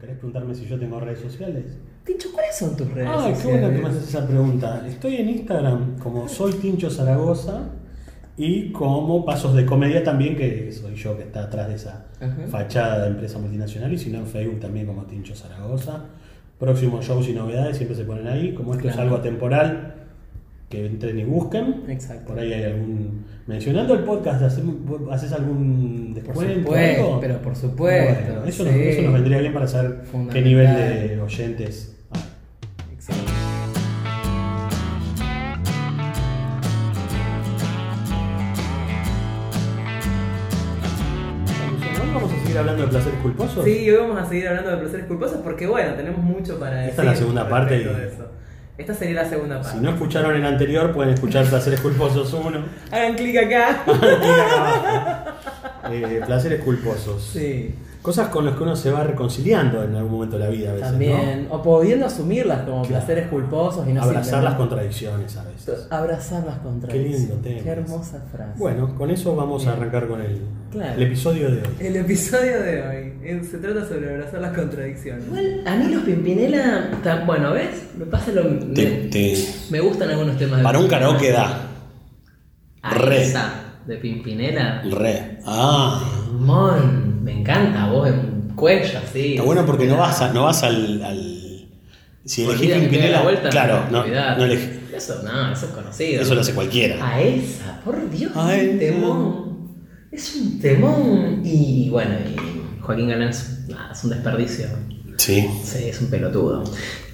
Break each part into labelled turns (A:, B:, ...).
A: ¿Querés preguntarme si yo tengo redes sociales?
B: Tincho, ¿cuáles son tus redes
A: Ah, qué
B: sociales?
A: bueno que me haces esa pregunta. Estoy en Instagram como soy Tincho Zaragoza y como Pasos de Comedia también, que soy yo que está atrás de esa
B: Ajá.
A: fachada de empresa multinacional, y si no en Facebook también como Tincho Zaragoza. Próximos shows y novedades siempre se ponen ahí. Como esto es
B: Claro.
A: algo atemporal, que entren y busquen.
B: Exacto.
A: Por ahí hay algún... Mencionando el podcast, ¿hacemos- vos ¿haces algún
B: Por
A: descuento?
B: supuesto,
A: algo?
B: pero por supuesto.
A: Bueno, eso,
B: sí.
A: nos, eso nos vendría bien para saber qué
B: Fundamental.
A: nivel de oyentes hay.
B: Excelente.
A: ¿No vamos a seguir hablando de placeres culposos?
B: Sí, hoy vamos a seguir hablando de placeres culposos porque, bueno, tenemos mucho para decir.
A: Esta es la segunda parte
B: respecto
A: y-
B: de eso. Esta sería la segunda parte.
A: Si no escucharon el anterior, pueden escuchar Placeres Culposos 1.
B: Hagan clic acá.
A: Eh, placeres culposos.
B: sí.
A: Cosas con las que uno se va reconciliando en algún momento de la vida a veces,
B: También. O pudiendo asumirlas como
A: Claro.
B: placeres culposos y
A: ¿no?
B: no
A: Abrazar las
B: simplemente-
A: contradicciones a veces.
B: Abrazar las contra.
A: Qué lindo tema.
B: Qué hermosa frase.
A: Bueno, con eso vamos a arrancar con el,
B: Claro.
A: el episodio de hoy.
B: El episodio de hoy eh, se trata sobre abrazar las contradicciones. Igual a mí los Pimpinela, tan- bueno, ¿ves? Me pasa lo me,
A: Te- te-
B: me gustan algunos temas de
A: Para un
B: Pimpinela.
A: karaoke da.
B: Ah,
A: Re.
B: esa de Pimpinela.
A: Re. Ah.
B: Mon, me encanta, vos en cuello así.
A: Está bueno porque no vas, a- no vas al, al- Si elegís
B: Olvídate que me dé
A: Pimpinela,
B: la vuelta,
A: claro, no,
B: olvidate. Ah.
A: no elegí-
B: Eso no, eso es conocido.
A: Eso lo hace cualquiera.
B: A esa, por Dios,
A: A
B: es
A: esa.
B: un temón. Es un temón. Y bueno, y Joaquín Galán es, nada, es un desperdicio.
A: Sí.
B: Sí, es un pelotudo.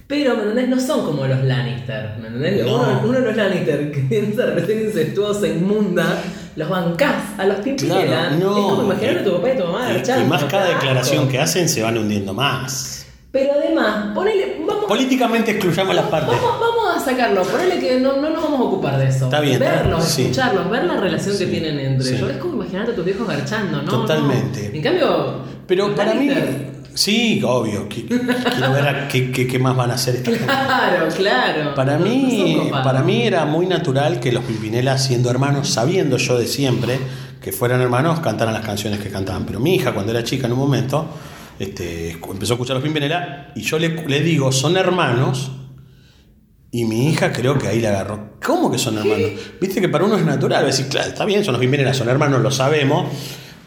B: Pero, ¿me entendés? No son como los Lannister. ¿Me entendés?
A: No.
B: Uno, uno de los Lannister, que tiene esa relación incestuosa, inmunda, los bancás a los tiempos
A: Claro, no. eh,
B: Es como imaginar a tu papá y a tu mamá
A: Y,
B: garchando,
A: y más cada
B: qué asco.
A: declaración que hacen se van hundiendo más.
B: Pero además, ponele. Vamos,
A: Políticamente excluyamos las partes.
B: Vamos, vamos a sacarlo, ponele que no, no nos vamos a ocupar de eso.
A: Está bien,
B: Verlos,
A: está bien, sí.
B: escucharlos, ver la relación que
A: Sí,
B: tienen entre
A: sí.
B: ellos. Es como imaginarte a tus viejos garchando, ¿no?
A: Totalmente.
B: No. En cambio,
A: Pero para mí.
B: Lannister-
A: Sí, obvio. qui- Quiero ver a qué, qué- qué más van a hacer esta gente.
B: Claro, claro.
A: Para
B: No- no son
A: mí,
B: copados.
A: para mí era muy natural que los Pimpinela, siendo hermanos, sabiendo yo de siempre que fueran hermanos, cantaran las canciones que cantaban. Pero mi hija, cuando era chica en un momento, este, escu- empezó a escuchar los Pimpinela y yo le, le digo, son hermanos. Y mi hija creo que ahí la agarró. ¿Cómo que son hermanos? Viste que para uno es natural. Decir, claro, está bien, son los Pimpinela, son hermanos, lo sabemos.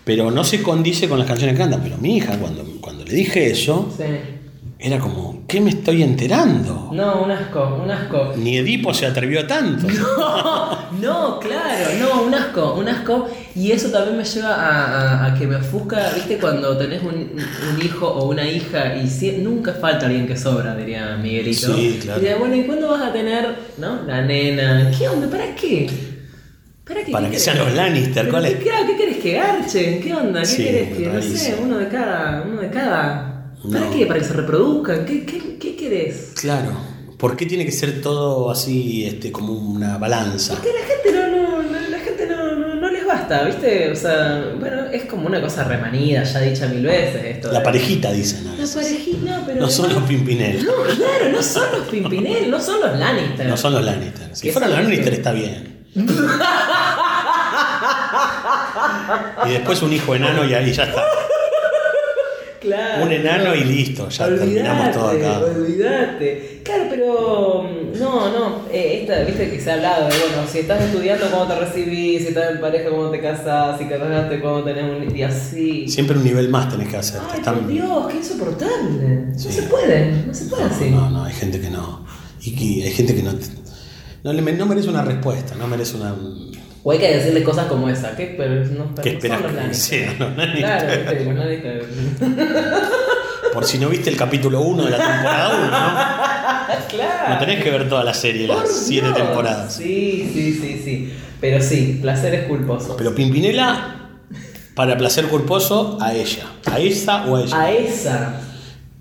A: Pero no se condice con las canciones que cantan. Pero mi hija, cuando, cuando le dije eso,
B: Sí.
A: era como, ¿qué me estoy enterando?
B: No, un asco, un asco.
A: Ni Edipo se atrevió a tanto.
B: No, claro, no, un asco, un asco. Y eso también me lleva a, a- a que me ofusca, ¿viste? Cuando tenés un, un hijo o una hija y sie- nunca falta alguien que sobra, diría Miguelito.
A: Sí, claro.
B: Diría, bueno, ¿y cuándo vas a tener, no? La nena. ¿Qué onda? ¿Para qué? ¿Para qué?
A: Para
B: ¿Qué
A: que
B: querés?
A: sean los Lannister,
B: ¿Pero
A: ¿cuál
B: ¿Qué,
A: es?
B: claro, ¿qué querés que garchen? ¿Qué onda? ¿Qué
A: Sí,
B: querés que, no sé,
A: rarísimo.
B: uno de cada, uno de cada? ¿Para
A: No.
B: qué? ¿Para que se reproduzcan? ¿Qué, qué, qué querés?
A: Claro. ¿Por qué tiene que ser todo así, este, como una balanza?
B: Porque la gente no, no, no- la gente no, no, no les basta, ¿viste? O sea, bueno, es como una cosa remanida, ya dicha mil veces esto.
A: La
B: de-
A: parejita, dicen. a
B: La
A: veces.
B: parejita, no, pero.
A: No son los Pimpinel,
B: No, claro, no son los Pimpinel, no son los Lannister.
A: no son los Lannister. Si
B: ¿Qué
A: fueran los
B: son?
A: Lannister está bien. Y después un hijo enano y ahí ya está.
B: Claro.
A: Un enano y listo, ya terminamos todo acá.
B: Olvidate. Claro, pero. mm, No, no. eh, esta, viste que se ha hablado de, bueno, si estás estudiando, ¿cómo te recibís? Si estás en pareja, ¿cómo te casás? Si casaste, ¿cómo tenés un. Y así.
A: Siempre un nivel más tenés que hacer. te
B: Ay,
A: están-
B: por Dios, qué insoportable.
A: Sí.
B: No se puede, no se puede así.
A: No, no, hay gente que no. Y que- hay gente que no. No, le- no merece una respuesta, no merece una.
B: O hay que decirle cosas como esa, que pero no,
A: ¿Qué esperas que
B: que
A: sean los Lannister?
B: Claro, viste, los Lannister.
A: Por si no viste el capítulo 1 de la temporada
B: claro.
A: 1, no tenés que ver toda la serie,
B: Por
A: las 7
B: Dios.
A: temporadas.
B: Sí, sí, sí, sí. Pero sí, placeres culposos.
A: Pero Pimpinela, para placer culposo, a ella. A esa o a ella.
B: A esa.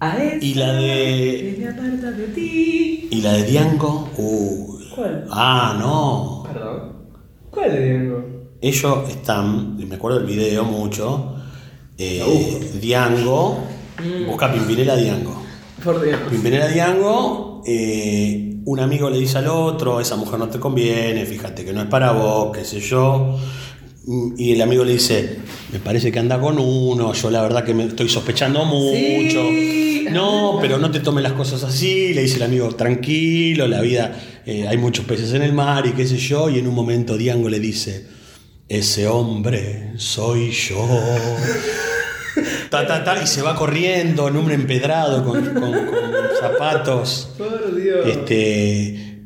B: A esa.
A: Y la de-
B: Que me aparta de ti.
A: Y la de Diango, uy.
B: ¿Cuál?
A: Ah, no.
B: Perdón. ¿Cuál de Diego?
A: Ellos están, me acuerdo del video mucho, eh, Diango,
B: Mm.
A: busca Pimpinela Diango.
B: Por Dios.
A: Pimpinela Diango, eh, un amigo le dice al otro, esa mujer no te conviene, fíjate que no es para vos, qué sé yo. Mm, Y el amigo le dice, me parece que anda con uno, yo la verdad que me estoy sospechando mucho.
B: Sí. mira.
A: No, pero no te tomes las cosas así, le dice el amigo, tranquilo, la vida, eh, hay muchos peces en el mar y qué sé yo, y en un momento Diango le dice, ese hombre soy yo. Ta, ta, ta, y se va corriendo en un empedrado con, con- con zapatos.
B: Por Dios.
A: Este,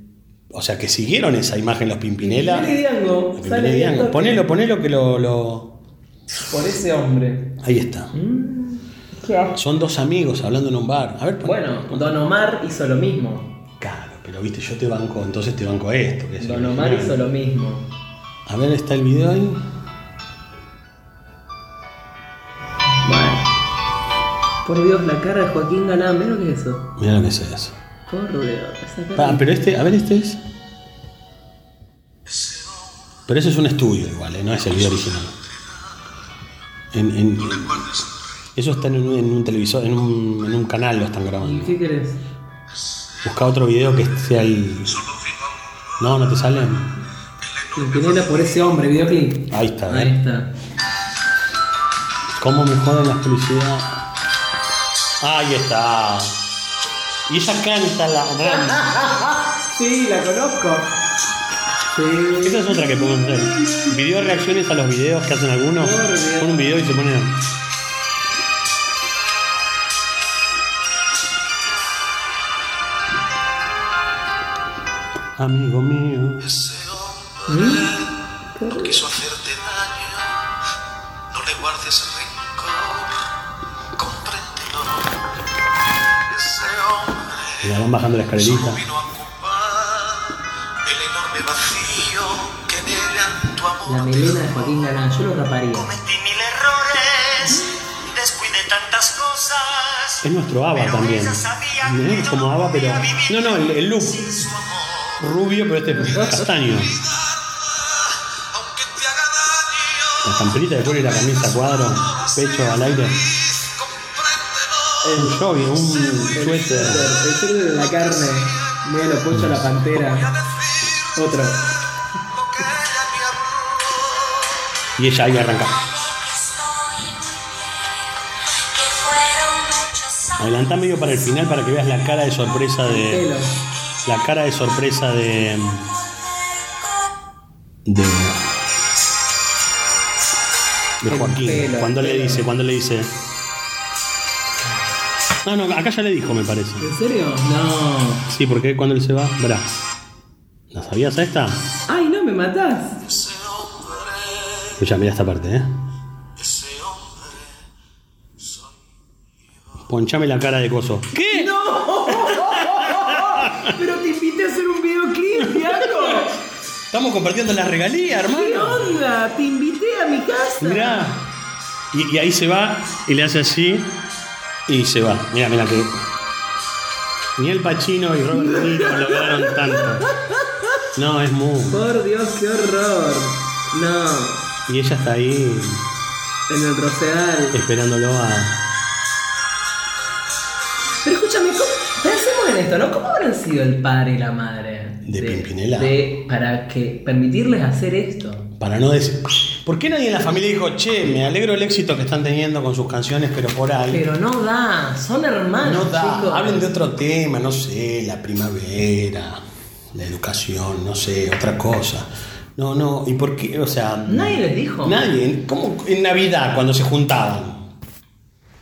A: o sea, que siguieron esa imagen los Pimpinela.
B: Sale Diango.
A: Pimpinela
B: Sale
A: y Diango.
B: Diango.
A: Ponelo, ponelo que lo- lo...
B: Por ese hombre.
A: Ahí está.
B: Mm.
A: Son dos amigos hablando en un bar. A ver, pon-
B: Bueno, Don Omar hizo lo mismo.
A: Claro, pero viste, yo te banco, entonces te banco esto. Que es
B: Don
A: el
B: Omar
A: original.
B: hizo lo mismo.
A: A ver, está el video ahí.
B: Bueno. Por Dios, la cara de Joaquín Galán, mira lo que es eso.
A: Mira lo que es eso.
B: Por Dios, esa cara.
A: Pa, pero este, a ver, este es. Pero eso es un estudio igual, ¿eh? no es el video original. En- en- eso está en un, en un televisor, en un, en un canal lo están
B: ¿Y
A: grabando.
B: qué querés?
A: Busca otro video que sea el. No, no te sale.
B: Pimpinela por ese hombre, videoclip.
A: Ahí está,
B: Ahí
A: ¿eh?
B: está.
A: ¿Cómo me joden las publicidades? Ahí está. Y ella canta la.
B: Sí, la conozco. Sí.
A: Esa es otra que podemos hacer. Video reacciones a los videos que hacen algunos.
B: Por Dios.
A: Ponen un video y se ponen. Amigo mío. ¿Mm?
C: No quiso ¿Mm? hacerte daño, no le guardes rencor, compréndelo. Ese
A: Y la
C: hombre
A: van bajando la
C: solo
A: escalerita.
C: vino a ocupar el enorme vacío que anhelan tu amor.
B: La melena de Joaquín Galán, yo lo raparía.
C: Cometí mil errores, descuidé tantas cosas.
A: Es nuestro ABBA también. ¿Eh? Es como ABBA, pero. No, no, el, el look.
C: Sin su amor,
A: Rubio, pero este es castaño.
C: aunque te haga daño,
A: La camperita de cuero y la camisa cuadro. Pecho al aire. Eh.
C: compréndelo.
A: Un jogging, un suéter.
B: El suelo de la carne. Mira, lo puesto a la pantera. Otro.
C: Lo que ella me habló.
A: Y ella ahí arranca. Adelantá medio para el final para que veas la cara de sorpresa
B: Pelo.
A: de. La cara de sorpresa de. De. De
B: El
A: Joaquín.
B: pelo,
A: cuando
B: el
A: le
B: pelo.
A: dice, cuando le dice. Ah, No, no, acá ya le dijo, me parece.
B: ¿En serio? No.
A: Sí, porque cuando él se va, verá. ¿La sabías esta?
B: Ay, no, me matás.
C: Ese hombre,
A: Escucha, mira esta parte, ¿eh?
C: ese hombre,
A: Ponchame la cara de coso.
B: ¿Qué? ¡No! Pero te invité a hacer un videoclip, Diaco.
A: Estamos compartiendo las regalías,
B: ¿Qué onda? Te invité a mi casa.
A: Mirá. Y, y ahí se va y le hace así y se va. Mirá, mirá que. Ni el Pachino y Robert De Niro lograron tanto. No, es muy.
B: Por Dios, qué horror. No.
A: Y ella está ahí
B: En el rosedal.
A: esperándolo a.
B: Pero escúchame, ¿cómo- pensemos en esto, ¿no? ¿Cómo habrán sido el padre y la madre
A: De Pimpinela.
B: de- para que permitirles hacer esto.
A: Para no decir. ¿Por qué nadie en la familia dijo, che, me alegro el éxito que están teniendo con sus canciones, pero por ahí.
B: Pero no da, son hermanos,
A: No da,
B: Ah, chicos.
A: hablen de otro tema, no sé, la primavera, la educación, no sé, otra cosa. No, no, ¿y por qué? O sea.
B: Nadie les dijo.
A: Nadie. ¿Cómo en Navidad cuando se juntaban?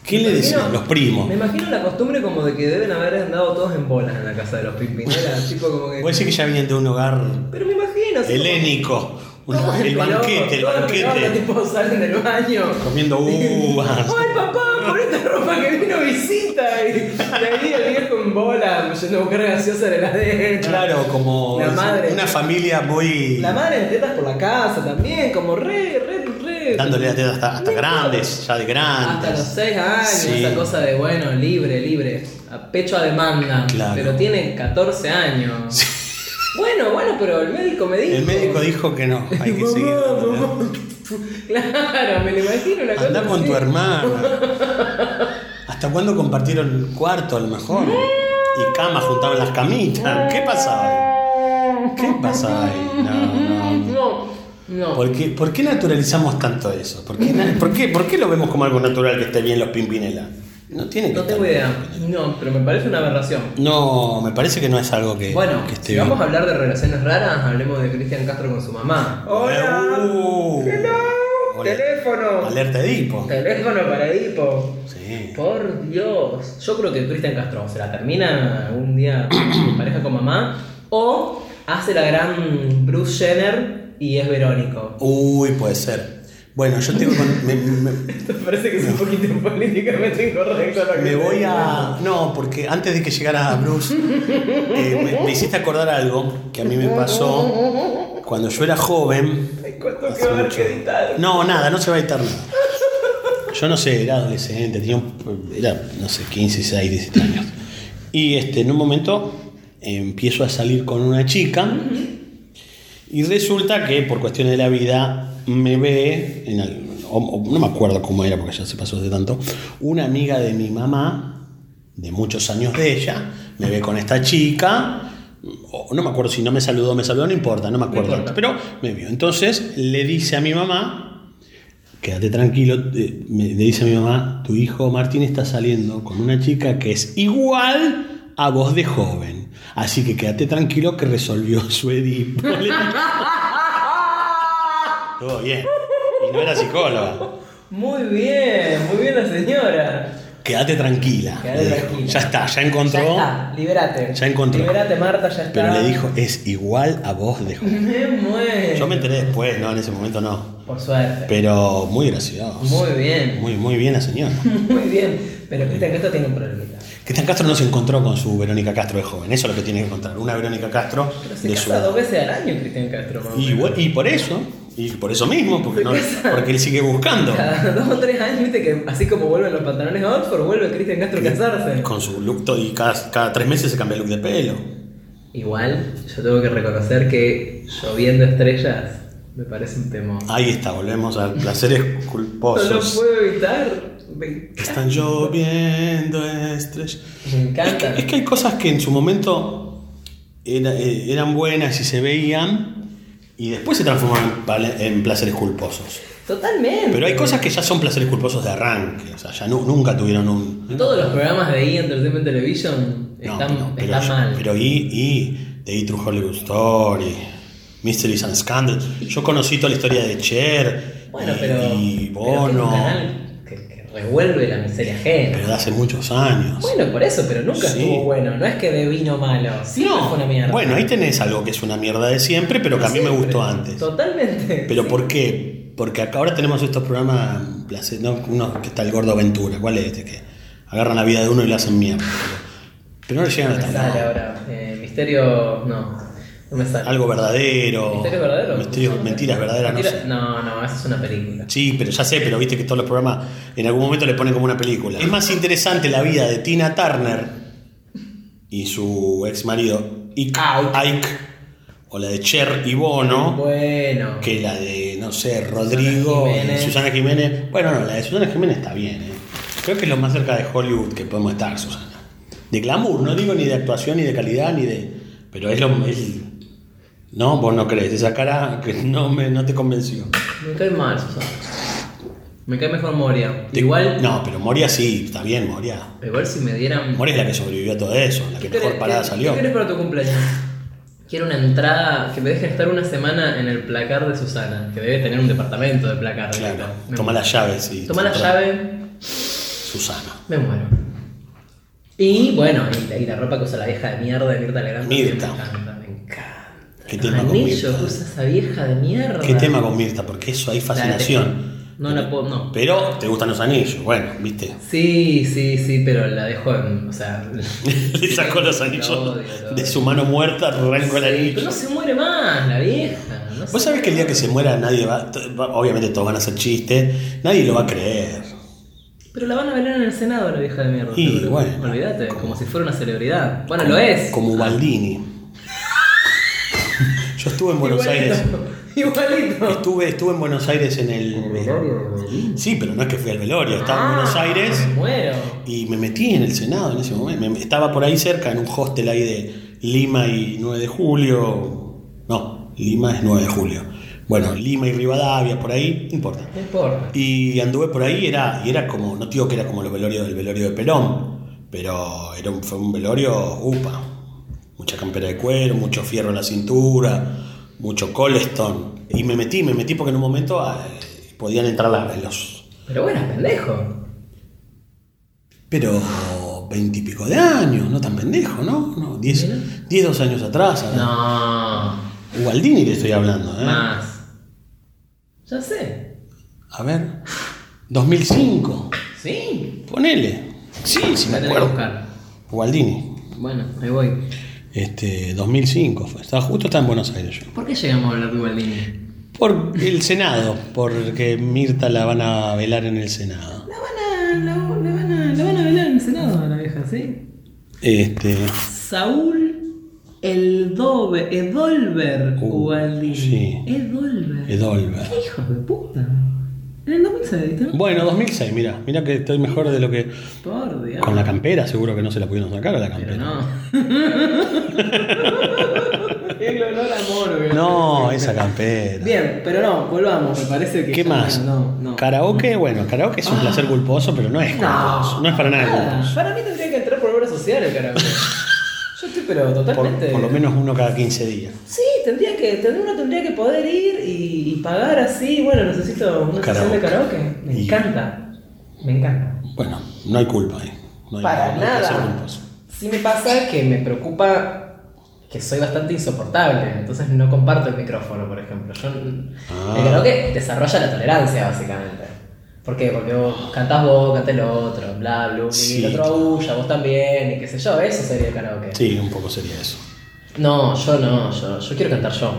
A: ¿Qué le decían los primos?
B: Me imagino la costumbre como de que deben haber andado todos en bolas en la casa de los Pimpinelas, tipo como que.
A: Puede ser que ya vienen de un hogar
B: Pero me imagino. así como-
A: helénico. un-
B: Todos en
A: el
B: pelotas,
A: banquete, el
B: todos en pelotas,
A: banquete. Uh, ah.
B: tipo salen del baño.
A: Comiendo uvas.
B: ¡Ay, papá! Por esta ropa que vino visita. Y, y ahí el viejo en bola, yendo a buscar gaseosa de la derecha.
A: Claro, como
B: La madre.
A: una familia muy.
B: La madre en tetas por la casa también, como re, re, re.
A: dándole la teta hasta, hasta grandes, ya de
B: Hasta los
A: grandes.
B: 6 años,
A: Sí.
B: esa cosa de bueno, libre, libre. A pecho a demanda.
A: Claro.
B: Pero tiene 14 años. Bueno, bueno, pero el médico me dijo.
A: El médico dijo que no, hay que
B: Mamá,
A: seguir.
B: mamá. Claro, me lo imagino una cosa.
A: Andá con
B: así.
A: tu hermana. ¿Hasta cuándo compartieron cuarto a lo mejor? Y cama, juntaban las camitas. ¿Qué pasaba? ¿Qué pasaba ahí? No, no.
B: No, no.
A: ¿Por qué, por qué naturalizamos tanto eso? ¿Por qué, na- por qué- por qué lo vemos como algo natural que esté bien los Pimpinela? No tiene que
B: No tengo
A: estar-
B: idea. No, pero me parece una aberración.
A: No, me parece que no es algo que,
B: Bueno,
A: Eh, que esté
B: si
A: bien.
B: vamos a hablar de relaciones raras, hablemos de Cristian Castro con su mamá.
A: Uh. Hola.
B: ¡Teléfono!
A: Alerta Edipo.
B: ¡Teléfono para Edipo!
A: Sí.
B: Por Dios. Yo creo que Cristian Castro se la termina un día en pareja con mamá o hace la gran Bruce Jenner y es Verónico.
A: Uy, puede ser. Bueno, yo tengo. con- me- me-
B: Me parece que es un poquito políticamente incorrecto lo que
A: Me voy
B: digo.
A: a. No, porque antes de que llegara Bruce, eh, me, me hiciste acordar algo que a mí me pasó cuando yo era joven.
B: Ay, ¿Cuánto
A: hace
B: que va a haber
A: mucho-
B: que editar?
A: No, nada, no se va a editar nada. Yo no sé, era adolescente, tenía, un- era, no sé, 15, 16, 17 años. Y este, en un momento eh, empiezo a salir con una chica y resulta que por cuestiones de la vida me ve, en al- o- o no me acuerdo cómo era porque ya se pasó de tanto, una amiga de mi mamá, de muchos años de ella, me ve con esta chica, o no me acuerdo si no me saludó, me saludó, no importa, no me acuerdo,
B: importa.
A: pero me vio. Entonces le dice a mi mamá, Quédate tranquilo, eh, me- le dice a mi mamá, tu hijo Martín está saliendo con una chica que es igual a vos de joven. Así que quédate tranquilo que resolvió su Edipo. Le dijo. Todo bien. Y no era psicóloga.
B: Muy bien, muy bien la señora.
A: Quédate tranquila.
B: Quédate
A: le dijo.
B: tranquila.
A: Ya está, ya encontró.
B: Ya está, liberate.
A: Ya encontró.
B: Liberate, Marta, ya está.
A: Pero le dijo, es igual a vos de joven.
B: Me muero.
A: Yo me enteré después, no, en ese momento no.
B: Por suerte.
A: Pero muy gracioso.
B: Muy bien.
A: Muy, muy bien la señora.
B: Muy bien. Pero Cristian Castro tiene un problemita.
A: Cristian Castro no se encontró con su Verónica Castro de joven, eso es lo que tiene que encontrar, una Verónica Castro
B: Pero se
A: de su
B: casa dos veces al año Cristian Castro, mamá.
A: y, bu- y por eso, y por eso mismo, porque,
B: Se
A: no-
B: casa.
A: porque él sigue buscando
B: Cada dos o tres años, viste que así como vuelven los pantalones a Oxford, vuelve Cristian Castro a casarse.
A: con su look todo- y cada, cada tres meses se cambia el look de pelo.
B: Igual, yo tengo que reconocer que lloviendo estrellas me parece un temor.
A: Ahí está, volvemos a placeres
B: no lo
A: culposos.
B: puedo evitar. Me encanta.
A: Están lloviendo estrellas.
B: Me encanta.
A: Es que hay cosas que en su momento era- eh, eran buenas y se veían y después se transformaron en pale- en placeres culposos.
B: Totalmente.
A: Pero hay cosas que ya son placeres culposos de arranque, o sea, ya nu- nunca tuvieron un...
B: Todos los programas de E! Entertainment Television
A: No,
B: están,
A: no, pero,
B: están mal.
A: pero y, y The E! True Hollywood Story, Mysteries and Scandals, yo conocí toda la historia de Cher
B: bueno,
A: y,
B: pero.
A: y
B: pero que es un
A: Bono, pero,
B: canal que, que revuelve la miseria ajena.
A: de hace muchos años.
B: Bueno, por eso, pero nunca
A: Sí.
B: estuvo bueno. No es que de vino malo. Sí,
A: No,
B: fue una mierda.
A: bueno, ahí tenés algo que es una mierda de siempre, pero que a mí me
B: Siempre.
A: gustó antes.
B: Totalmente.
A: ¿Pero por qué? Porque acá ahora tenemos estos programas, placer- ¿no? uno que está el gordo Ventura, ¿cuál es este? Que agarran la vida de uno y la hacen mierda. Pero no le
B: No
A: llegan
B: me
A: hasta
B: sale
A: nada.
B: ahora. Eh, misterio. No. No me sale.
A: Algo verdadero.
B: ¿Misterios verdaderos?
A: misterios- mentiras verdaderas,
B: Mentira-
A: no sé.
B: No, no, esa es una película.
A: Sí, pero ya sé, pero viste que todos los programas en algún momento le ponen como una película. Es más interesante la vida de Tina Turner y su ex marido Ike,
B: Out.
A: Ike, o la de Cher y Bono.
B: Bueno.
A: que la de, no sé, Rodrigo,
B: Jiménez.
A: Susana Jiménez. Bueno, no, la de Susana Jiménez está bien, ¿eh? Creo que es lo más cerca de Hollywood que podemos estar, Susana. De glamour, no digo ni de actuación, ni de calidad, ni de. Pero es lo. es- No, vos no crees. Esa cara que no, me, no te convenció.
B: Me cae mal, Susana. Me cae mejor Moria. Igual.
A: No, pero Moria sí, está bien, Moria.
B: Igual si me dieran.
A: Moria es la que sobrevivió a todo eso, la que
B: ¿Qué
A: mejor
B: querés-
A: parada
B: qué-
A: salió.
B: ¿Qué querés para tu cumpleaños? Quiero una entrada, que me dejen estar una semana en el placar de Susana, que debe tener un departamento de placar.
A: Claro,
B: Me
A: toma
B: muero.
A: las llaves y.
B: Toma la llave,
A: Susana.
B: me muero. Y bueno, y la, y la ropa que usa la vieja de mierda de Mirta Legrand también
A: Mirta.
B: me encanta, me encanta.
A: ¿Qué
B: Los
A: tema con
B: anillos que
A: Mirta?
B: usa esa vieja de mierda.
A: ¿Qué tema con Mirta? Porque eso hay
B: La
A: fascinación.
B: detesto. No la puedo, no.
A: Pero te gustan los anillos, bueno, viste.
B: Sí, sí, sí, pero la dejo en. O sea.
A: Le sacó los
B: la
A: anillos
B: odio, la odio.
A: de su mano muerta, arrancó el
B: Sí,
A: anillo.
B: pero no se muere más la vieja. no se
A: Vos sabés que el día que se muera nadie va, t- va- obviamente todos van a hacer chistes, nadie lo va a creer.
B: Pero la van a velar en el Senado, la vieja de mierda.
A: Y
B: seguro.
A: bueno.
B: Olvídate, como si fuera una celebridad. Bueno, lo es.
A: Como Baldini. Yo estuve en Buenos
B: Igualito.
A: Aires.
B: Igualito.
A: Estuve, estuve en Buenos Aires en el. Sí, pero no es que fui al velorio, estaba en Buenos
B: Ah,
A: Aires
B: Me muero.
A: y me metí en el Senado en ese momento. Me- estaba por ahí cerca, en un hostel ahí de Lima y 9 de julio. No, Lima es 9 de julio. Bueno, Lima y Rivadavia, por ahí, no importa.
B: No importa.
A: Y anduve por ahí, era, y era como, no digo que era como los velorios del velorio de Perón, pero era un, fue un velorio, upa, mucha campera de cuero, mucho fierro en la cintura, mucho colestón. Y me metí, me metí porque en un momento ah, podían entrar las, los...
B: Pero bueno, pendejo.
A: Pero veintipico de años, no tan pendejo, ¿no? no diez,
B: Mira.
A: diez, dos años atrás. a-
B: No.
A: Ubaldini le estoy hablando, ¿eh?
B: Más. Ya sé.
A: A ver, 2005,
B: Sí. ponele
A: ponele. Sí, sí me
B: La tenés que
A: acuerdo.
B: buscar.
A: Ubaldini.
B: Bueno, ahí voy.
A: Este, 2005 fue. Estaba justo estaba en Buenos Aires yo.
B: ¿Por qué llegamos a hablar de Ubaldini?
A: Por el Senado, porque Mirta la van a velar en el Senado.
B: La van a, la, la van a, la van a velar en el Senado a la vieja, ¿sí?
A: Este,
B: Saúl Eldove, Edolver
A: Uh,
B: Ubaldini.
A: sí.
B: Edolver.
A: Edolver.
B: ¿Qué hijo de puta? En el 2006, ¿no?
A: Bueno, 2006, mira, mira que estoy mejor de lo que
B: Por Dios.
A: con la campera, seguro que no se la pudieron sacar a la
B: Pero
A: campera.
B: no. el olor a moro.
A: No, esa campera.
B: Bien, pero no, volvamos, me parece que.
A: ¿Qué
B: ya
A: más?
B: No, no. Ah.
A: Karaoke, bueno, karaoke es un placer culposo, pero no es culposo, no es para nada culposo.
B: Para mí tendría que entrar por obra social el karaoke. Yo estoy, pero totalmente.
A: Por, por lo menos uno cada 15 días.
B: Sí, tendría que, tendría- uno tendría que poder ir y, y pagar así. Bueno, necesito una sesión
A: Karaoke.
B: de karaoke. Me
A: Y-
B: encanta. Me encanta.
A: Bueno, no hay culpa ahí. No hay,
B: Para
A: no hay placer
B: nada.
A: culposo.
B: Sí me pasa que me preocupa que soy bastante insoportable, entonces no comparto el micrófono, por ejemplo. Yo,
A: Ah.
B: El karaoke desarrolla la tolerancia, básicamente. ¿Por qué? Porque vos cantás vos, canta el otro, bla, bla, bla,
A: Sí,
B: y el otro
A: claro.
B: aúlla, vos también, y qué sé yo, eso sería el karaoke.
A: Sí, un poco sería eso.
B: No, yo no, yo, yo quiero cantar yo.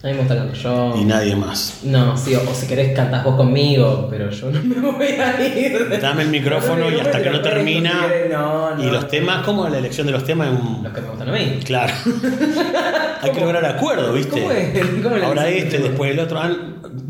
B: A mí me gusta cantar yo.
A: Y nadie más.
B: No, sí, o, o si querés cantás vos conmigo, pero yo no me voy a ir.
A: Dame el micrófono y hasta que no termina.
B: No, no.
A: Y los temas, como la elección de los temas es
B: Los
A: un.
B: que me gustan a mí.
A: Claro. Hay que lograr acuerdo, ¿viste?
B: ¿Cómo es? ¿Cómo la
A: Ahora
B: elección de
A: este,
B: los
A: después el otro. Ah,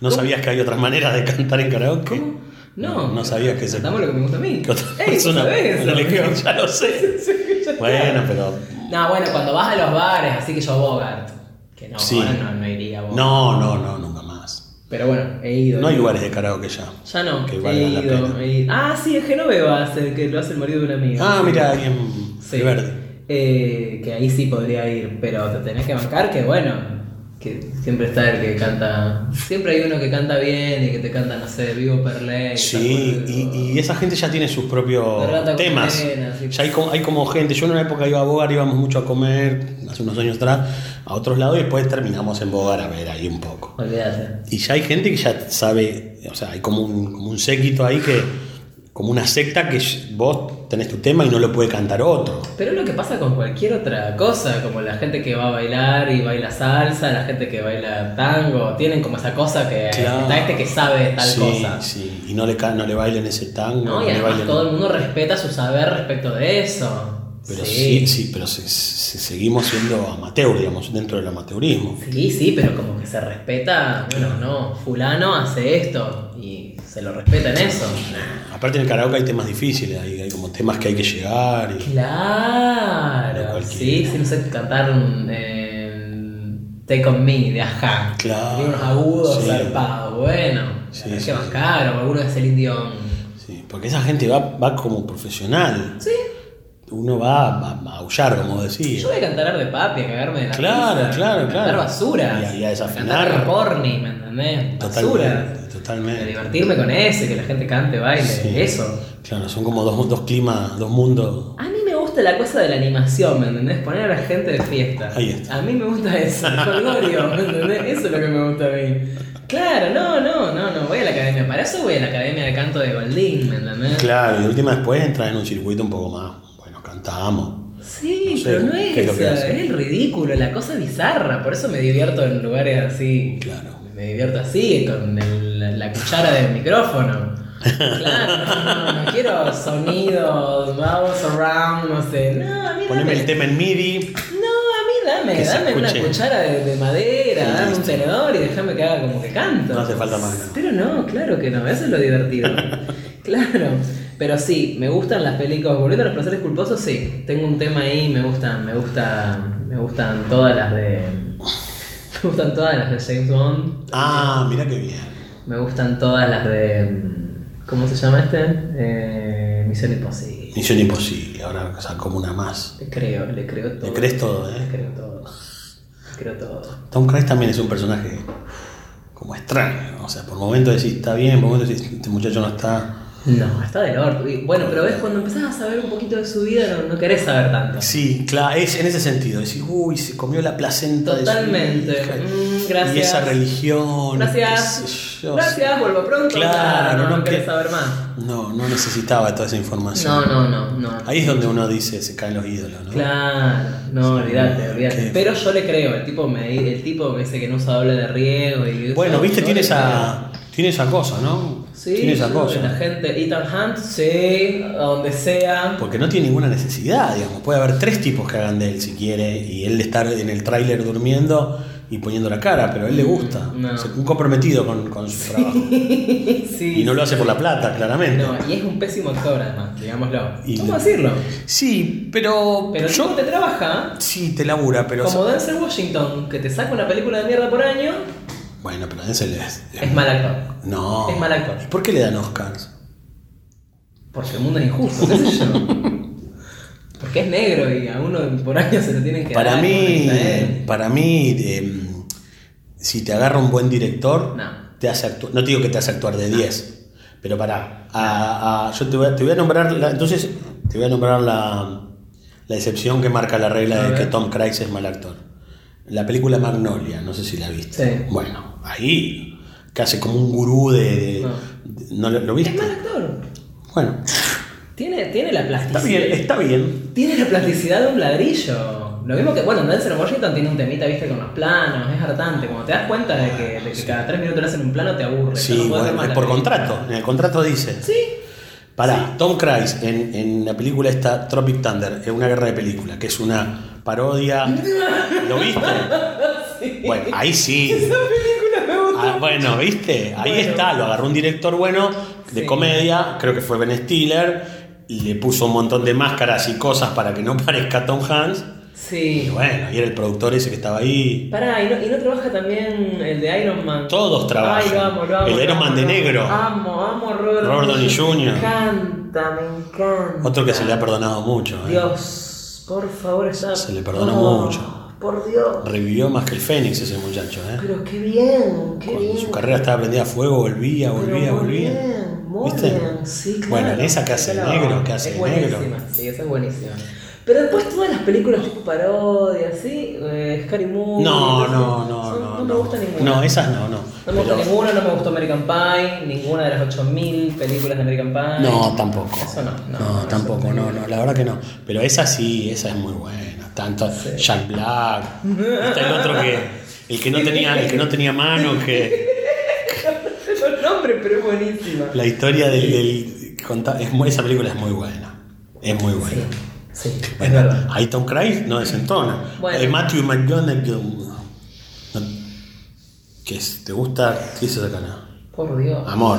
A: ¿No sabías que hay otras maneras de cantar en karaoke?
B: ¿Cómo? No.
A: No sabías que se.
B: Cantamos lo que me gusta a mí.
A: que otra
B: Ey,
A: persona-
B: ¿sabés eso,
A: la elección,
B: amigo?
A: ya lo sé.
B: Sí, ya está.
A: Bueno, pero.
B: No, bueno, cuando vas a los bares, así que yo Bogart. Que no,
A: Sí.
B: Bogart no, no iría a Bogart.
A: No, no, no, nunca más.
B: Pero bueno, he ido.
A: No hay lugares de karaoke ya.
B: Ya no.
A: que
B: he,
A: valgan la
B: ido,
A: pena.
B: he ido. Ah, sí, en Genoveva hace, que lo hace el marido de una amiga.
A: Ah, mira, alguien.
B: Sí.
A: de Verde.
B: Eh, que ahí sí podría ir, pero te tenés que bancar que bueno. Que siempre está el que canta. Siempre hay uno que canta bien y que te canta, no sé, Vivo Perlé.
A: Sí, y, y esa gente ya tiene sus propios
B: Berlata con
A: temas.
B: Morena, sí.
A: Ya hay, co- hay como gente. Yo en una época iba a Bogar, íbamos mucho a comer, hace unos años atrás, a otros lados y después terminamos en Bogar a ver ahí un poco.
B: Olvídate.
A: Y ya hay gente que ya sabe, o sea, hay como un, como un séquito ahí que, como una secta que vos tenés tu tema y no lo puede cantar otro.
B: Pero es lo que pasa con cualquier otra cosa, como la gente que va a bailar y baila salsa, la gente que baila tango, tienen como esa cosa que
A: Claro.
B: está este que sabe tal
A: sí,
B: cosa.
A: sí. Y no le, ca- no le bailen ese tango.
B: ¿no? Y
A: le
B: además
A: bailen-
B: todo el mundo respeta su saber respecto de eso.
A: Pero sí, sí, pero si, si seguimos siendo amateur, digamos, dentro del amateurismo.
B: Sí, sí, pero como que se respeta, bueno, no, fulano hace esto y se lo respeta en eso.
A: Aparte en el karaoke hay temas difíciles, hay, hay como temas que hay que llegar. y- No
B: Claro,
A: cualquiera.
B: sí, sí, no sé, cantaron eh, Take On Me de Ajá.
A: Claro,
B: Tenía unos agudos
A: sí.
B: zarpados, bueno.
A: Sí,
B: Sí, que
A: sí,
B: bancar, o alguno de Celine Dion.
A: sí, porque esa gente va, va como profesional.
B: Sí,
A: Uno va a, a maullar, como decía.
B: yo voy a cantar de papi, a cagarme de la
A: Claro,
B: risa,
A: claro,
B: a cantar
A: claro.
B: basura.
A: Y a- y a desafinar.
B: Cantar corny, ¿me entendés? Basura.
A: Totalmente.
B: A
A: Totalmente.
B: divertirme con ese, que la gente cante, baile,
A: Sí.
B: eso.
A: Claro, son como dos, dos climas, dos mundos.
B: A mí me gusta la cosa de la animación, ¿me entendés? Poner a la gente de fiesta.
A: Ahí está.
B: A mí me gusta eso, el jolgorio, ¿me entendés? Eso es lo que me gusta a mí. Claro, no, no, no, no, voy a la academia. Para eso voy a la academia de canto de Goldín, ¿me entendés?
A: Claro, y de última después entra en un circuito un poco más. Bueno, cantamos.
B: Sí,
A: No sé,
B: pero no es,
A: ¿qué es lo que
B: esa,
A: hace?
B: es el ridículo, la cosa bizarra. Por eso me divierto en lugares así.
A: Claro.
B: Me divierto así, con el- la, la cuchara del micrófono. Claro, no, no, no quiero sonidos, vamos around, no sé. No, a mí
A: Poneme
B: dame-
A: el tema en MIDI.
B: No, a mí dame,
A: Que se
B: dame una
A: escuche.
B: cuchara de, de madera,
A: Sí,
B: dame un
A: listo.
B: tenedor y déjame que haga como que canto.
A: No hace falta más nada.
B: Pero no, claro que no, eso es lo divertido. claro. Pero sí, me gustan las películas, volviendo a los placeres culposos, sí. Tengo un tema ahí, me gustan, me gusta, me gustan todas las de Me gustan todas las de James Bond.
A: Ah, mira qué bien.
B: Me gustan todas las de. mm, ¿Cómo se llama este? Eh, Misión Imposible.
A: Misión imposible, ahora sacó una más.
B: Le creo, le creo todo.
A: Le crees todo, ¿eh?
B: Le creo todo. Le creo todo.
A: Tom Cruise también es un personaje como extraño. ¿no? O sea, por momentos decís está bien, por momentos decís este muchacho no está.
B: No, está del orto. Y Bueno, pero ves, cuando empezás a saber un poquito de su vida, no, no querés saber tanto.
A: Sí, claro, es en ese sentido. Decís, uy, se comió la placenta de
B: Totalmente.
A: su hija.
B: Mm, gracias.
A: Y esa religión. qué
B: Gracias.
A: sé yo.
B: Gracias, vuelvo pronto.
A: Claro,
B: no,
A: no,
B: no querés
A: que-
B: saber más.
A: No, no necesitaba toda esa información.
B: No, no, no, no.
A: Ahí es donde uno dice, se caen los ídolos, ¿no?
B: Claro, no, olvídate, olvídate.
A: qué-
B: Pero yo le creo, el tipo me, el tipo me dice que no usa doble de riego y
A: Bueno,
B: yo-
A: viste,
B: yo
A: tiene
B: le
A: esa, tiene esa cosa, ¿no?
B: creo. Sí,
A: tiene esa
B: yo,
A: cosa.
B: la gente, Ethan Hunt, sí, a donde sea.
A: Porque no tiene ninguna necesidad, digamos. Puede haber tres tipos que hagan de él si quiere, y él estar en el tráiler durmiendo y poniendo la cara, pero a él le gusta.
B: No.
A: Es un comprometido con, con su trabajo.
B: sí.
A: Y no lo hace por la plata, claramente.
B: No, y es un pésimo actor además, digámoslo.
A: Y-
B: ¿Cómo decirlo?
A: Sí, pero,
B: Pero el
A: yo...
B: tipo te trabaja,
A: Sí, te labura, pero...
B: como Denzel Washington, que te saca una película de mierda por año,
A: Bueno, pero ese le es...
B: es mal actor.
A: No.
B: Es mal actor.
A: ¿Y por qué le dan Oscars?
B: Porque el mundo es injusto, qué sé yo. Porque es negro y a uno por año se lo tienen que
A: Para
B: dar.
A: mí,
B: como está él.
A: para mí, eh, si te agarra un buen director,
B: No.
A: te hace actu- no te digo que te hace actuar de 10, pero para, yo te voy, a, te voy a nombrar, la- entonces te voy a nombrar la, la excepción que marca la
B: A
A: regla de que
B: ver.
A: Tom Cruise es mal actor. La película Magnolia, no sé si la viste.
B: Sí.
A: Bueno, ahí, que hace como un gurú de... de-
B: No.
A: de- ¿no lo, lo
B: Es
A: viste?
B: mal actor.
A: Bueno,
B: Tiene, tiene la
A: está
B: plasticidad.
A: bien, está bien.
B: Tiene la plasticidad de un ladrillo. Lo mismo que, bueno, Denzel Washington tiene un temita, viste, con los planos, es hartante. Cuando te das cuenta de que, de que cada tres minutos le hacen un plano, te aburre. ya
A: Sí,
B: no podés ver
A: bueno,
B: más
A: es
B: la
A: por
B: película.
A: contrato, en el contrato dice.
B: Sí,
A: Pará, Tom Cruise en, en la película esta Tropic Thunder, en una guerra de película, que es una parodia. ¿Lo viste? Bueno, ahí sí.
B: esa película me gusta.
A: Ah, bueno, ¿viste? Ahí
B: Bueno.
A: está, lo agarró un director bueno de
B: Sí.
A: comedia, creo que fue Ben Stiller, y le puso un montón de máscaras y cosas para que no parezca Tom Hanks. Y
B: Sí.
A: bueno, y era el productor ese que estaba ahí.
B: Pará, ¿y no, y no trabaja también el de Iron Man?
A: Todos trabajan.
B: Ay, lo amo, lo amo.
A: El
B: lo
A: Iron
B: amo,
A: Man de
B: lo amo.
A: negro.
B: Amo, amo a Robert,
A: Robert Downey Jr..
B: Me encanta, me encanta.
A: Otro que se le ha perdonado mucho. ¿eh?
B: Dios, por favor, esa...
A: Se le perdona mucho.
B: Por Dios.
A: Revivió más que el Fénix ese muchacho, ¿eh?
B: Pero qué bien, qué
A: Cuando
B: bien.
A: su carrera estaba prendida a fuego, volvía,
B: Pero
A: volvía,
B: muy
A: volvía.
B: bien, muy
A: ¿Viste?
B: bien, sí, claro.
A: Bueno, en esa que hace
B: Esa
A: el
B: la-
A: negro, que hace
B: es
A: el
B: buenísima,
A: negro.
B: Sí, esa es buenísima. Pero después todas las películas tipo parodia, ¿sí? Eh, Scary Movie.
A: No,
B: entonces,
A: no, no,
B: son-
A: no.
B: No me gusta ninguna.
A: No, esas no, no.
B: No me gusta
A: Pero-
B: ninguna, no me gustó American Pie, ninguna de las 8000 películas de American Pie.
A: No, tampoco.
B: Eso no, no,
A: No,
B: eso
A: tampoco,
B: no.
A: no, no, la verdad que no. Pero esa sí, esa es muy buena. Tanto Jack Black, está el otro que el que no tenía, el que no tenía mano, que
B: Es el nombre, pero es buenísima.
A: la historia del, del- conta- es muy- esa película es muy buena. Es muy buena.
B: Sí, es
A: Bueno,
B: verdad.
A: ahí Tom Cruise no desentona.
B: Bueno.
A: Eh, Matthew McConaughey. no. ¿Qué es? ¿Te gusta? ¿Qué hizo esa cara?
B: Por Dios,
A: Amor.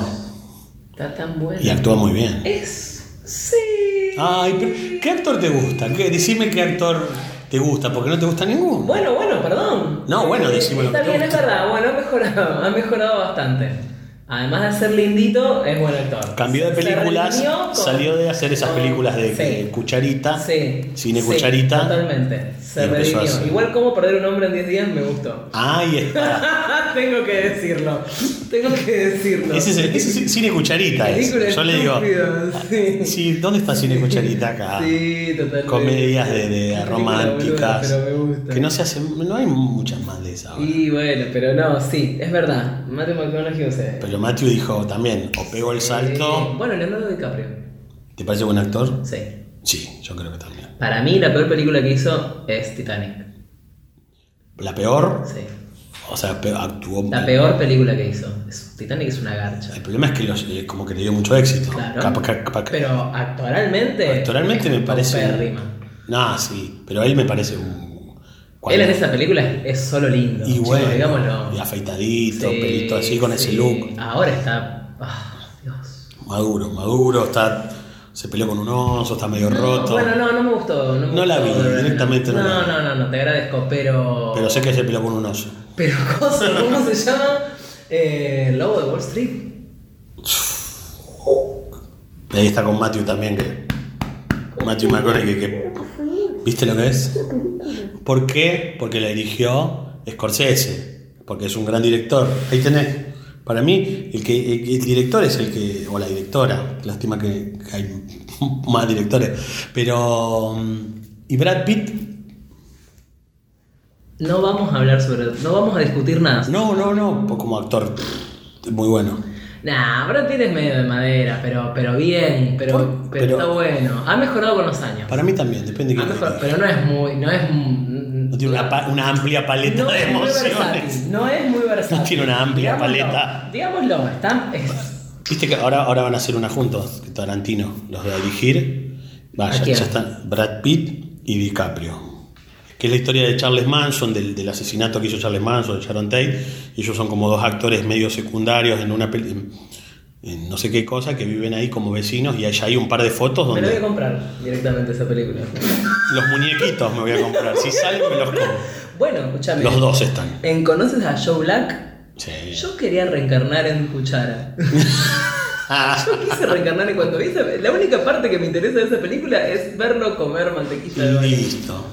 B: está tan buena.
A: Ah. Y actúa muy bien.
B: Es. Sí.
A: Ay, pero ¿qué actor te gusta? ¿Qué- Decime qué actor te gusta, porque no te gusta ninguno.
B: Bueno, bueno, perdón. Eh,
A: No, bueno, decime lo
B: Está
A: que te
B: bien, es
A: gusta.
B: verdad. Bueno, ha mejorado, ha mejorado bastante. Además de ser lindito, es buen actor.
A: Cambió de
B: Se
A: películas,
B: redimió con-
A: salió de hacer esas
B: con-
A: películas de
B: sí.
A: de cucharita,
B: Sí,
A: cine
B: sí,
A: cucharita.
B: Totalmente.
A: Y
B: Se
A: empezó a
B: redimió.
A: hacer.
B: Igual como perder un hombre en 10 días me gustó.
A: Ahí está.
B: Tengo que decirlo. Tengo que decirlo.
A: Ese es, el- ese es el cine cucharita. es.
B: Película
A: Yo le digo,
B: estúpida, sí.
A: sí, ¿dónde está cine cucharita acá?
B: Sí, totalmente.
A: comedias de, de
B: Película boluda,
A: románticas
B: pero me gusta.
A: que no se hacen no hay muchas más de esas ahora.
B: Y bueno, pero no, sí, es verdad. Matthew McConaughey, o sea.
A: pero Matthew dijo también o pegó el
B: Eh,
A: salto
B: bueno, Leonardo DiCaprio.
A: ¿te parece buen actor?
B: Sí.
A: sí yo creo que también
B: Para mí la peor película que hizo es Titanic.
A: la peor
B: Sí.
A: o sea pe- actuó
B: La peor película que hizo. Es- Titanic es una garcha.
A: el problema es que los- eh, como que le dio mucho éxito
B: Claro.
A: Capaz que- capaz que-
B: Pero actualmente.
A: actualmente me parece
B: paupérrima.
A: no sí pero él me parece un
B: Él en esa película es solo lindo.
A: y
B: chicos,
A: bueno
B: digámoslo.
A: y afeitadito
B: Sí,
A: pelito así con ese
B: sí.
A: look
B: Ahora está. ah, Dios.
A: maduro maduro está se peleó con un oso, está medio roto.
B: Bueno, no, no me gustó. No, me
A: No la
B: gustó,
A: vi,
B: de verdad.
A: directamente no
B: no.
A: la
B: No,
A: vi.
B: no, no, te agradezco, pero.
A: Pero sé que se peleó con un oso.
B: Pero, cosa, ¿cómo se llama? Eh, Lobo de Wall Street.
A: Y ahí está con Matthew también, que. Matthew McConaughey, que, que- ¿Viste lo que es? ¿Por qué? Porque la dirigió Scorsese, porque es un gran director. Ahí tenés. Para mí, el, que, el, el director es el que. o la directora. Lástima que, que hay más directores. Pero. mm, Y Brad Pitt.
B: No vamos a hablar sobre. No vamos a discutir nada.
A: No, no, no. pues Como actor. pff, Muy bueno.
B: Nah, Brad Pitt es medio de madera, pero, pero bien, pero,
A: Por-
B: pero,
A: pero-
B: está bueno. Ha mejorado con los años.
A: Para mí también, depende de
B: Ha
A: quién lo
B: mejorado,
A: dirija.
B: pero no es muy. No es.
A: No tiene una, pa- una amplia paleta
B: no
A: de
B: es muy
A: emociones.
B: versátil, no es muy versátil.
A: tiene una amplia
B: Digámoslo,
A: paleta.
B: Digámoslo, está, es-
A: Viste que ahora, ahora van a hacer una juntos, que Tarantino los va a dirigir. Va,
B: ¿A
A: ya,
B: quién?
A: ya están Brad Pitt y DiCaprio. Que es la historia de Charles Manson, del, del asesinato que hizo Charles Manson, de Sharon Tate. Y ellos son como dos actores medio secundarios en una peli- en, en no sé qué cosa, que viven ahí como vecinos y allá hay un par de fotos donde
B: me lo voy a comprar directamente esa película.
A: los muñequitos me voy a comprar. Si salen me los como.
B: Bueno, escúchame.
A: Los dos están.
B: ¿En conoces a Joe Black?
A: Sí.
B: Yo quería reencarnar en Cuchara.
A: Ah,
B: Yo quise reencarnar en cuando vi esa. La única parte que me interesa de esa película es verlo comer mantequilla de baile.
A: Listo.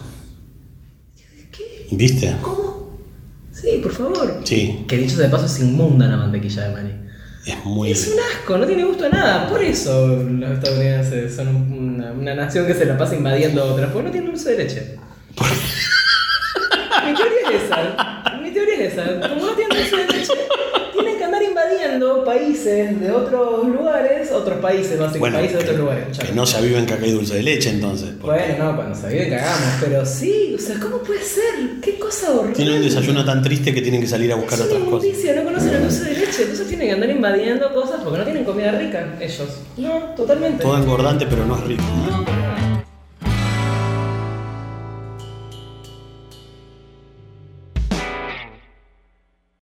B: ¿Qué?
A: ¿Viste?
B: ¿Cómo? Sí, por favor.
A: Sí,
B: Que dicho sea de paso es inmunda la mantequilla de maní.
A: es muy.
B: Es un asco, no tiene gusto a nada. Por eso los estadounidenses son un- una, una nación que se la pasa invadiendo a otras, porque no tienen dulce de leche. Mi teoría es esa. Mi teoría es esa. Como no tienen dulce de leche, tienen que andar invadiendo países de otros lugares, otros países, básicamente,
A: Bueno,
B: países de
A: que,
B: otros lugares.
A: que no se aviven que acá hay dulce de leche entonces. porque
B: Bueno, no, cuando se vive cagamos, pero sí, o sea, ¿cómo puede ser? Qué cosa horrible.
A: Tienen un desayuno tan triste que tienen que salir a buscar
B: es una
A: otras cosas.
B: inmundicia, no conocen el dulce de leche, entonces tienen que andar invadiendo cosas porque no tienen comida rica ellos. No, totalmente.
A: Todo engordante pero no es rico. ¿no?